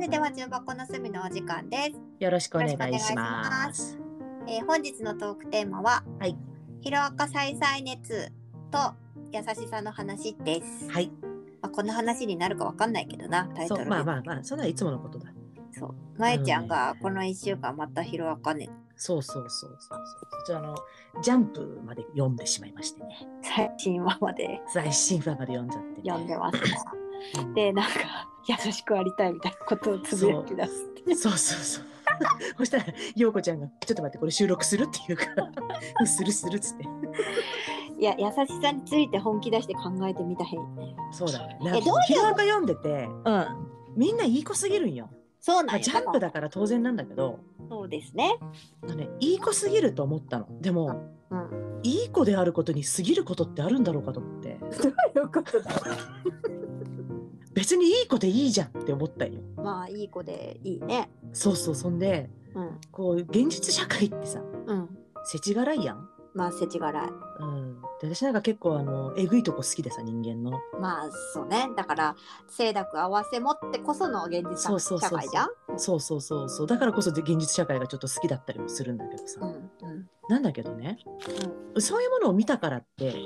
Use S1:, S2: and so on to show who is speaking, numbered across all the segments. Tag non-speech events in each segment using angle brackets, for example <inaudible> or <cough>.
S1: れでは重箱の隅のお時間です。
S2: よろしくお願いします。
S1: えー本日のトークテーマは、
S2: はい
S1: ヒロアカ再々熱と優しさの話です。
S2: はい、
S1: まあ、この話になるかわかんないけどな、タイト
S2: そ
S1: ル
S2: う、
S1: で。
S2: まあまあまあ、それはいつものことだ。
S1: そう。まえちゃんがこの1週間またヒロアカね、
S2: そうそうそうそうそう。ちらのジャンプまで読んでしまいましてね。
S1: 最新話まで
S2: 最新話まで読んじゃって、ね。
S1: 読んでますね。
S2: うん
S1: で、なんか、優しくありたいみたいなことをつぶやき出すっていう。
S2: そうそうそう。 <laughs> そしたら、陽子ちゃんが、ちょっと待って、これ収録するって言うから、 <laughs> うんするするっつって。
S1: いや、優しさについて本気出して考えてみたへんね。
S2: そうだね。なん
S1: えどう
S2: か、ヒロアカ読んでて、
S1: うん。
S2: みんないい子すぎるんよ。
S1: そうな
S2: まあ、
S1: んや
S2: ジャンプだから当然なんだけど、
S1: そうですね。
S2: あのね、いい子すぎると思ったの。でも、
S1: うん。ど
S2: <laughs> いい子であることに過ぎることってあるんだろうかと思って、
S1: ういうことだ
S2: 別にいい子でいいじゃんって思ったんよ。
S1: まあ、いい子でいいね。
S2: そうそう、そんで、
S1: うん。
S2: こう、現実社会ってさ、
S1: うん。
S2: 世知辛いやん。
S1: まあ、世知辛い。
S2: うん、で私なんか結構あのえぐいとこ好きでさ人間の
S1: まあ、そうね。だから、清濁合わせ持ってこその現実
S2: そうそうそうそ
S1: 社
S2: う
S1: 会じゃん。
S2: そうそうそうそうだからこそで現実社会がちょっと好きだったりもするんだけどさ、
S1: うん。うん。
S2: なんだけどね、そういうものを見たからって、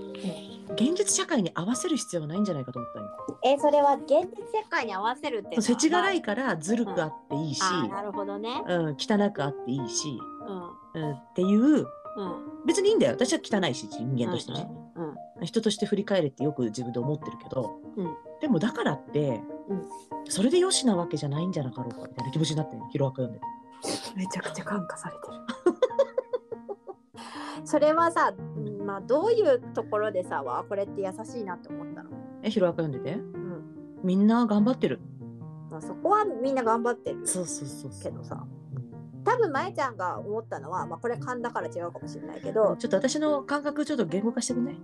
S2: 現実社会に合わせる必要はないんじゃないかと思ったんよ
S1: え、それは現実世界に合わせるっていうのは。
S2: 世知辛い
S1: ま
S2: からずるくあっていいし、
S1: あ。あーなるほどね。
S2: うん、汚くあっていいし、
S1: うん。
S2: うん、っていう
S1: うん。
S2: 別にいいんだよ私は汚いし人間としてね、
S1: うん。
S2: 人として振り返れってよく自分で思ってるけど、
S1: うん
S2: でもだからって、
S1: うん
S2: それでよしなわけじゃないんじゃなかろうかみたいな気持ちになってヒロアカ読んでて
S1: めちゃくちゃ感化されてる。 <laughs> それはさ、うんまあ、どういうところでさ、わこれって優しいなって思ったの。
S2: えヒロアカ読んでて、
S1: ん
S2: みんな頑張ってる
S1: まあ、そこはみんな頑張ってる
S2: そうそうそうそ
S1: け
S2: う
S1: どさ。多分まえちゃんが思ったのは、まあ、これ勘だから違うかもしれないけ
S2: うん
S1: ど、
S2: ちょっと私の感覚ちょっと言語化してくんね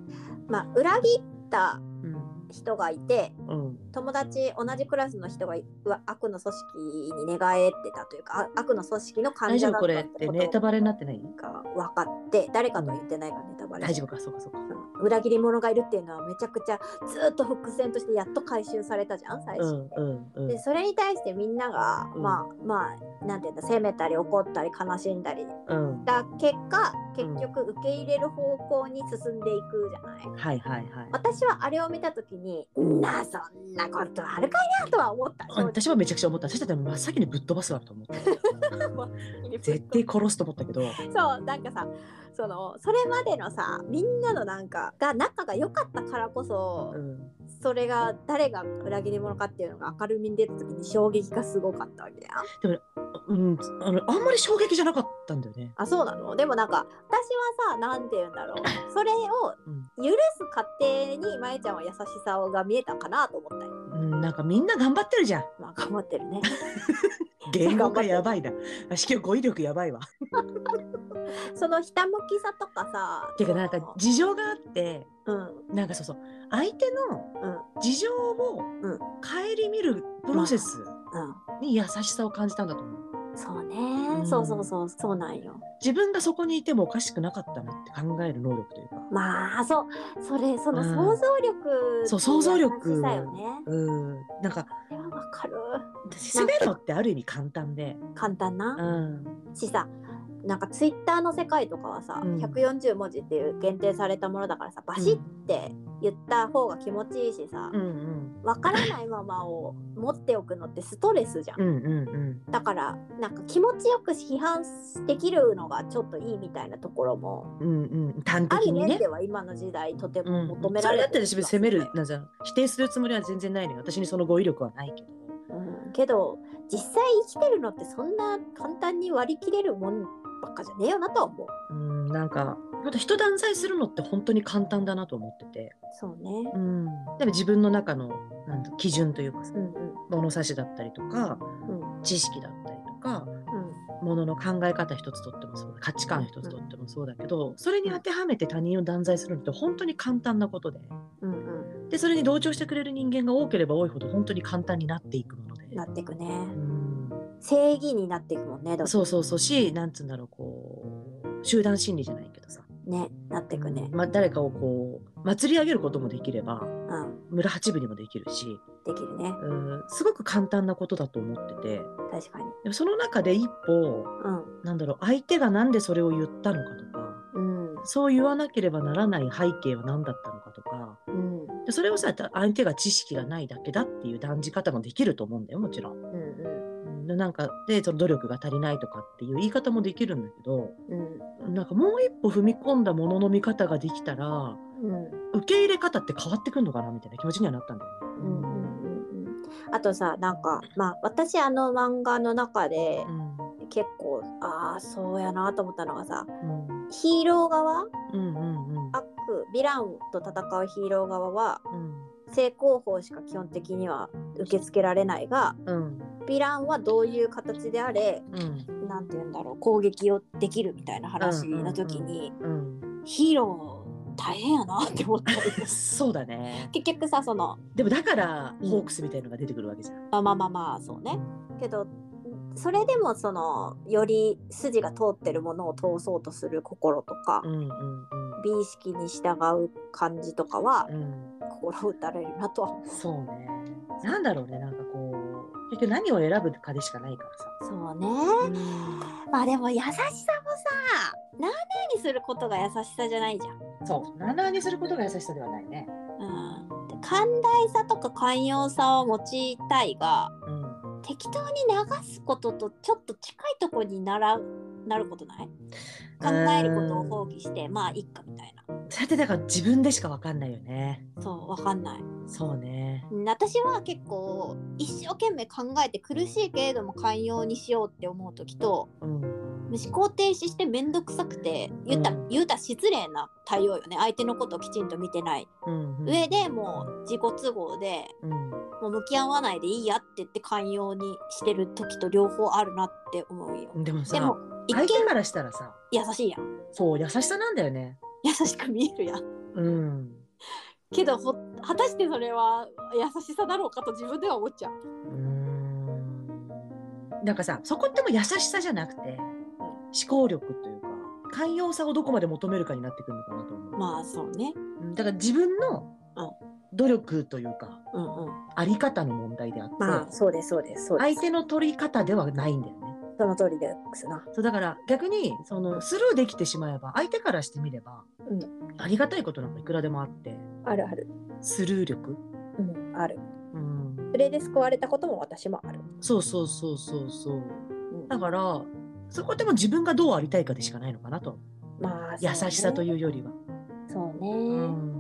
S1: まあ、裏切った
S2: うん
S1: 人がいて
S2: うん
S1: 友達同じクラスの人がうわ悪の組織に寝返ってたというかあ悪の組織の患
S2: 大丈
S1: 者だ
S2: 夫
S1: った
S2: こ
S1: っ
S2: れ
S1: て
S2: って
S1: こ
S2: ネタ
S1: と
S2: バレになってない
S1: が分かって誰かとは言ってないからネタバレ
S2: 大丈夫かそうかそうか
S1: うん裏切り者がいるっていうのはめちゃくちゃずっと伏線としてやっと回収されたじゃん最
S2: う
S1: 初。
S2: んうんうん
S1: でそれに対してみんなが、
S2: うん
S1: まあまあなんていうんだ責めたり怒ったり悲しんだり
S2: うん
S1: だ結果
S2: う
S1: 結
S2: ん
S1: 局受け入れる方向に進んでいくじゃない、
S2: はいはいはい
S1: 私はあれを見た時になあそんなことあるかいなとは思った
S2: うん私はめちゃくちゃ思った私だって真っ先にぶっ飛ばすわと思って絶対殺すと思ったけど
S1: そうなんかさそのそれまでのさみんなのなんかが仲が良かったからこそ、
S2: うん
S1: それが誰が裏切り者かっていうのが明るみに出た時に衝撃がすごかったわけだよ。
S2: うん、あのあんまり衝撃じゃなかったんだよね。
S1: あそうなのでもなんか私はさなんて言うんだろうそれを
S2: うん
S1: 許す過程にまえちゃんは優しさが見えたかなと思ったよ。
S2: うん、なんかみんな頑張ってるじゃん。
S1: まあ頑張ってるね。
S2: 言語化やばいな。私今日語彙力やばいわ。
S1: そのひたむきさとかさ。
S2: <laughs> てかなんか <laughs> 事情があって
S1: うん
S2: なんかそうそう相手の事情を
S1: うん
S2: 顧みるプロセス
S1: う
S2: に優しさを感じたんだと思う。
S1: んそうね、
S2: ん
S1: そうそうそうそうなんよ。
S2: 自分がそこにいてもおかしくなかったなって考える能力というか。
S1: まあそうそれその
S2: うん
S1: 想像力
S2: そう想像力
S1: だよね。
S2: うん、なんか
S1: それはわかる。
S2: 攻めるのってある意味簡単で、
S1: 簡単な。
S2: うん、
S1: しさなんかツイッターの世界とかはさ、
S2: うん
S1: 140文字っていう限定されたものだからさバシッて言った方が気持ちいいしさ
S2: うんうん
S1: わ、からないままを持っておくのってストレスじゃん、
S2: うんうんうん
S1: だからなんか気持ちよく批判できるのがちょっといいみたいなところも
S2: うんうん端
S1: あ
S2: 的
S1: る
S2: にね
S1: 面で。は今の時代とて
S2: う
S1: も
S2: ん
S1: 求め
S2: そ
S1: ら
S2: れ
S1: れ
S2: だったら自分責める
S1: 気が
S2: なんじゃ否定するつもりは全然ないのよ私にその語彙力はないけど
S1: するねうん、けど実際生きてるのってそんな簡単に割り切れるもんばっかじゃねえよなとは思う
S2: うんなんか本当人断罪するのって本当に簡単だなと思ってて、
S1: そうね
S2: うん、でも自分の中のなんだ基準というかさ
S1: うん
S2: 物差しだったりとか
S1: うんうん
S2: 知識だったりとか
S1: うん
S2: ものの考え方一つとってもそうだ価値観一つとってもそうだけどそれに当てはめて他人を断罪するのって本当に簡単なことで
S1: うんうん
S2: でそれに同調してくれる人間が多ければ多いほど本当に簡単になっていくもので。
S1: なっていくね
S2: うん
S1: 正義になっていくもんねどう
S2: そうそうそうし、なんつうんだろう、こう、集団心理じゃないけどさ、
S1: ねなってくね
S2: まあ、誰かをこう祭り上げることもできれば
S1: うん
S2: 村八分にもできるし
S1: できるね
S2: うんすごく簡単なことだと思ってて
S1: 確かに
S2: でもその中で一歩なんだろう相手がなんでそれを言ったのかとか
S1: うん
S2: そう言わなければならない背景は何だったのかとか
S1: うんうん
S2: でそれをさた相手が知識がないだけだっていう断じ方もできると思うんだよもちろ
S1: う
S2: ん。
S1: ん
S2: うんでなんかでその努力が足りないとかっていう言い方もできるんだけど
S1: うん
S2: なんかもう一歩踏み込んだものの見方ができたら
S1: うん
S2: 受け入れ方って変わってくるのかなみたいな気持ちにはなったんだよね。
S1: うんうんうんうんあとさなんかまあ私あの漫画の中で
S2: うん
S1: 結構ああそうやなと思ったのがさ
S2: うん
S1: ヒーロー側
S2: うんうんうん
S1: 悪ヴィランと戦うヒーロー側は
S2: うん
S1: 正攻法しか基本的には受け付けられないが
S2: うん
S1: ヴィランはどういう形であれ
S2: うん
S1: なんて言うんだろう攻撃をできるみたいな話の時に、
S2: うん
S1: ヒーロー大変やなって思った <laughs> り
S2: そうだね
S1: 結局さその
S2: でもだからホークスみたいのが出てくるわけじゃん。
S1: まあまあまあまあそうねけどそれでもそのより筋が通ってるものを通そうとする心とか、
S2: うんうんうん
S1: 美意識に従う感じとかは
S2: うん
S1: 心打たれるなとは思
S2: そうね。なんだろうね、なんかこう、結局何を選ぶかでしかないからさ。
S1: うそうねまあでも優しさもさなあなあにすることが優しさじゃないじゃん。
S2: そう、なあなあにすることが優しさではないね。
S1: うん、で寛大さとか寛容さを用いたいが
S2: うん。
S1: 適当に流すこととちょっと近いとこにならなることない考えることを放棄してまあいっかみたいな
S2: さて、だから自分でしかわかんないよね。
S1: そうわかんない
S2: そうね。
S1: うん私は結構一生懸命考えて苦しいけれども寛容にしようって思う時と
S2: うん。
S1: 思考停止して面倒くさくて言った、
S2: うん
S1: 言うたら失礼な対応よね相手のことをきちんと見てない
S2: うん、うん。
S1: 上でもう自己都合で
S2: うん。
S1: もう向き合わないでいいやって言って寛容にしてる時と両方あるなって思うよ
S2: でもさ、
S1: でも一見
S2: 相手からしたらさ、
S1: 優しいやん
S2: そう、優しさなんだよね。
S1: 優しく見えるやん
S2: うん。
S1: けどほ果たしてそれは優しさだろうかと自分では思っちゃう
S2: うーん。なんかさ、そこっても優しさじゃなくて、思考力というか、寛容さをどこまで求めるかになってくるのかなと思う。
S1: まあそうね
S2: うんだから自分の
S1: うん
S2: 努力というか、
S1: うんうん
S2: あり方の問題であって、
S1: まあそうですそうですそうです
S2: 相手の取り方ではないんだよね。
S1: その通りですな
S2: そうだから逆にそのスルーできてしまえば相手からしてみれば、
S1: う
S2: ありがたいことなんかいくらでもあって
S1: あるある
S2: スルー力、
S1: うんある
S2: うん、
S1: それで救われたことも私もある
S2: そうそうそうそうそう
S1: うん
S2: だからそこでも自分がどうありたいかでしかないのかなと
S1: まあ
S2: 優しさと
S1: いう
S2: いうよりは。
S1: そうね、
S2: うん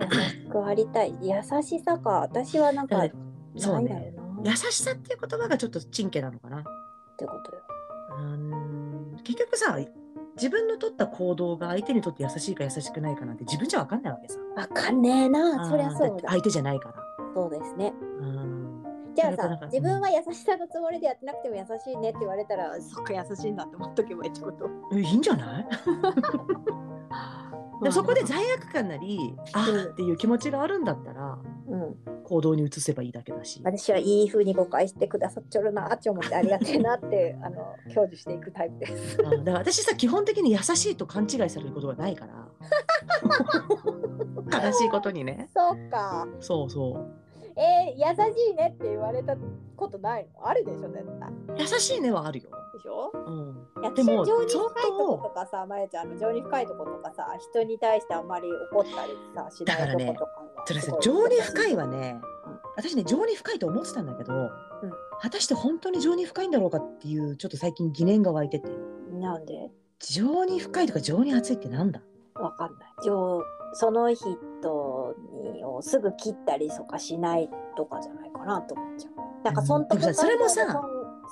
S1: 優しくありたい優しさか私はなんか
S2: だからそう
S1: なんだ
S2: ね
S1: ろうな
S2: 優
S1: っ
S2: しさっていう言葉がちょっとチンケなのかな。
S1: てことよ
S2: うーん結局さ自分の取った行動が相手にとって優しいか優しくないかなんて自分じゃ分かんないわけさ。
S1: わかんねえなそりゃ
S2: ん
S1: そ
S2: だっ
S1: う
S2: て
S1: だ
S2: 相手じゃないから。
S1: そうですね
S2: うん
S1: じゃあ
S2: なかな
S1: さ
S2: か
S1: 自分は優しさのつもりでやってなくても優しいねって言われたらそっか優しいんだって思っとけばいいってこと
S2: えいいんじゃないでもそこで罪悪感なりあーっていう気持ちがあるんだったら
S1: うん、
S2: 行動に移せばいいだけだし。
S1: 私はいい風に誤解してくださっちょるなって思ってありがてえなって <laughs> あの享受していくタイプです。
S2: うんだから私さ基本的に優しいと勘違いされることがないから <laughs> 悲しいことにね
S1: そうか。
S2: そうそう
S1: えー、優しいねって言われたことないのあるでしょ絶対。
S2: 優しいねはあるよ、
S1: でしょ
S2: うん、
S1: いや
S2: で
S1: 私
S2: も
S1: は情に深いと
S2: 相
S1: こ
S2: 当
S1: とかさまゆちゃんの情に深いとことかさ人に対してあんまり怒ったりさしないとことかは
S2: それ
S1: す
S2: さ
S1: ごい
S2: 情に深いはね、
S1: うん
S2: 私ね情に深いと思ってたんだけど、果たして本当に情に深いんだろうかっていうちょっと最近疑念が湧いてて
S1: なんで
S2: 情に深いとか情に熱いってなんだ
S1: わかんない情その人にをすぐ切ったりとかしないとかじゃないかなと思っちゃうなんかそんとこ
S2: でもさそれもさ
S1: 感情で損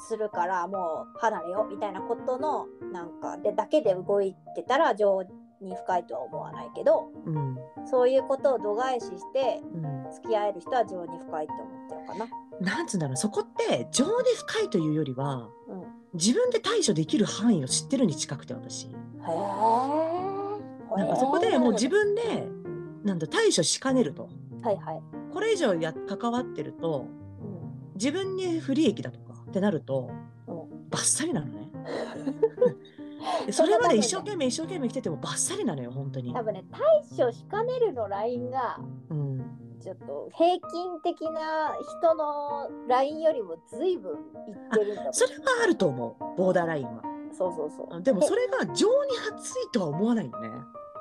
S1: するからもう離れようみたいなことのなんかでだけで動いてたら情に深いとは思わないけど
S2: うん、うん、
S1: そういうことを度外視して付き合える人は情に深いって思っちゃうかな。
S2: なんつうんだろうそこって情に深いというよりは
S1: うん
S2: 自分で対処できる範囲を知ってるに近くて私
S1: へえ。
S2: なんかそこでもう自
S1: 分。
S2: 分でなんだ対処しかねると
S1: はいはい。
S2: これ以上や関わってると
S1: うん
S2: 自分に不利益だとかってなると、
S1: う <laughs>
S2: バッサリなのね。でそれまで一生懸命一生懸命来ててもバッサリなのよ本当に
S1: 多、分ね対処しかねるのラインが
S2: うん、
S1: ちょっと平均的な人のラインよりも随分いってるんだもん
S2: それはあると思うボーダーラインは
S1: そうそうそう。
S2: でもそれが情に熱いとは思わないよね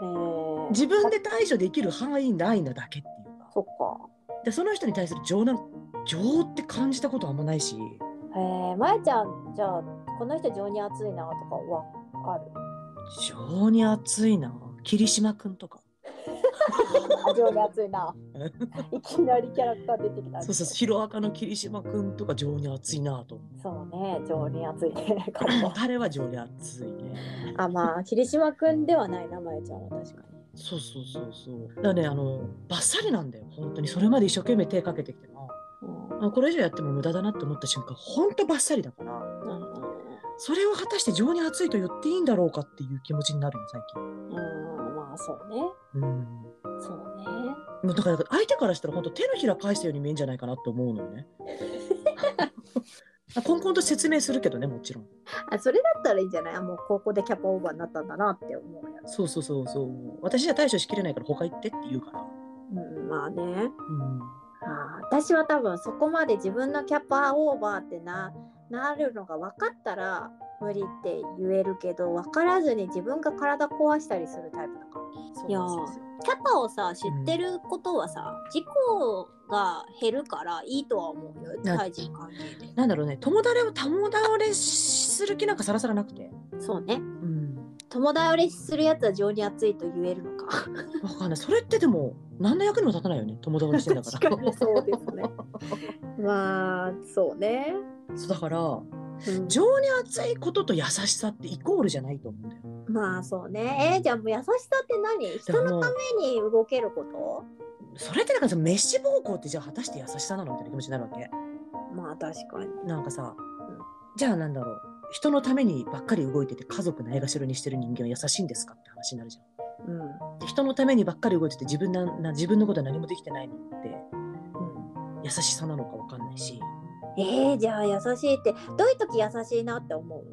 S1: えー
S2: 自分で対処できる範囲ないんだだけっていうか
S1: そっか。
S2: でその人に対する情なん情って感じたことあんまないし
S1: えー、まえちゃん、じゃあ、この人情に熱いなとかは
S2: <laughs>
S1: ある。
S2: 情に熱いな霧島くんとか
S1: あ、情に熱い
S2: <laughs>
S1: な。いきなりキャラクター出てきた。
S2: そうそうヒロアカの霧島くんとか情に熱いなと思う
S1: そうね、情に熱い
S2: <laughs>
S1: ね。かも
S2: 彼は情に熱いね
S1: あ、まあ、霧島くんではないな、まえちゃんは確かに。
S2: そうそうそうそうだからねあのバッサリなんだよ本当にそれまで一生懸命手かけてきてな
S1: うん
S2: あこれ以上やっても無駄だなって思った瞬間本当バッサリだから
S1: う
S2: それを果たして情に熱いと言っていいんだろうかっていう気持ちになるよ最近
S1: ん、うん、まあ、そうね。
S2: うん
S1: そうね。
S2: もうだから相手からしたら本当手のひら返したように見えんじゃないかなって思うのよ <laughs> ね。あコンコンと説明するけどねもちろん。
S1: あ、それだったらいいんじゃないあもう高校でキャパオーバーになったんだなって思うやつ。
S2: そうそうそうそう。私じゃ対処しきれないから他行ってって言うから。
S1: うん、まあね。
S2: う
S1: あ
S2: ん、
S1: ー私は多分そこまで自分のキャパオーバーってななるのが分かったら無理って言えるけど分からずに自分が体壊したりするタイプだから
S2: そう
S1: いやー
S2: そうそう
S1: キャパをさ知ってることはさ、事故が減るからいいとは思うよ
S2: な
S1: 対人関係で
S2: なんだろうね友だれを友倒れする気なんかさらさらなくて。
S1: そうね
S2: うん。
S1: 友倒れするやつは情に熱いと言えるのか
S2: わかんない。それってでも何の役にも立たないよね友倒れしてんだから。
S1: そうですね <laughs> まあそうね、
S2: <laughs> そうだから情に熱いことと優しさってイコールじゃないと思うんだよ。
S1: まあそうねえーじゃあもう優しさって何人のために動けること
S2: それってだからさ飯暴行ってじゃあ果たして優しさなのみたいな気持ちになるわけ。
S1: まあ確かに。
S2: なんかさ、じゃあなんだろう人のためにばっかり動いてて家族ないがしろにしてる人間は優しいんですかって話になるじゃ
S1: うん。うん
S2: ん。で人のためにばっかり動いてて自分なな自分のことは何もできてないのって優しさなのかわかんないし
S1: えー、じゃあ優しいってどういう時優しいなって思う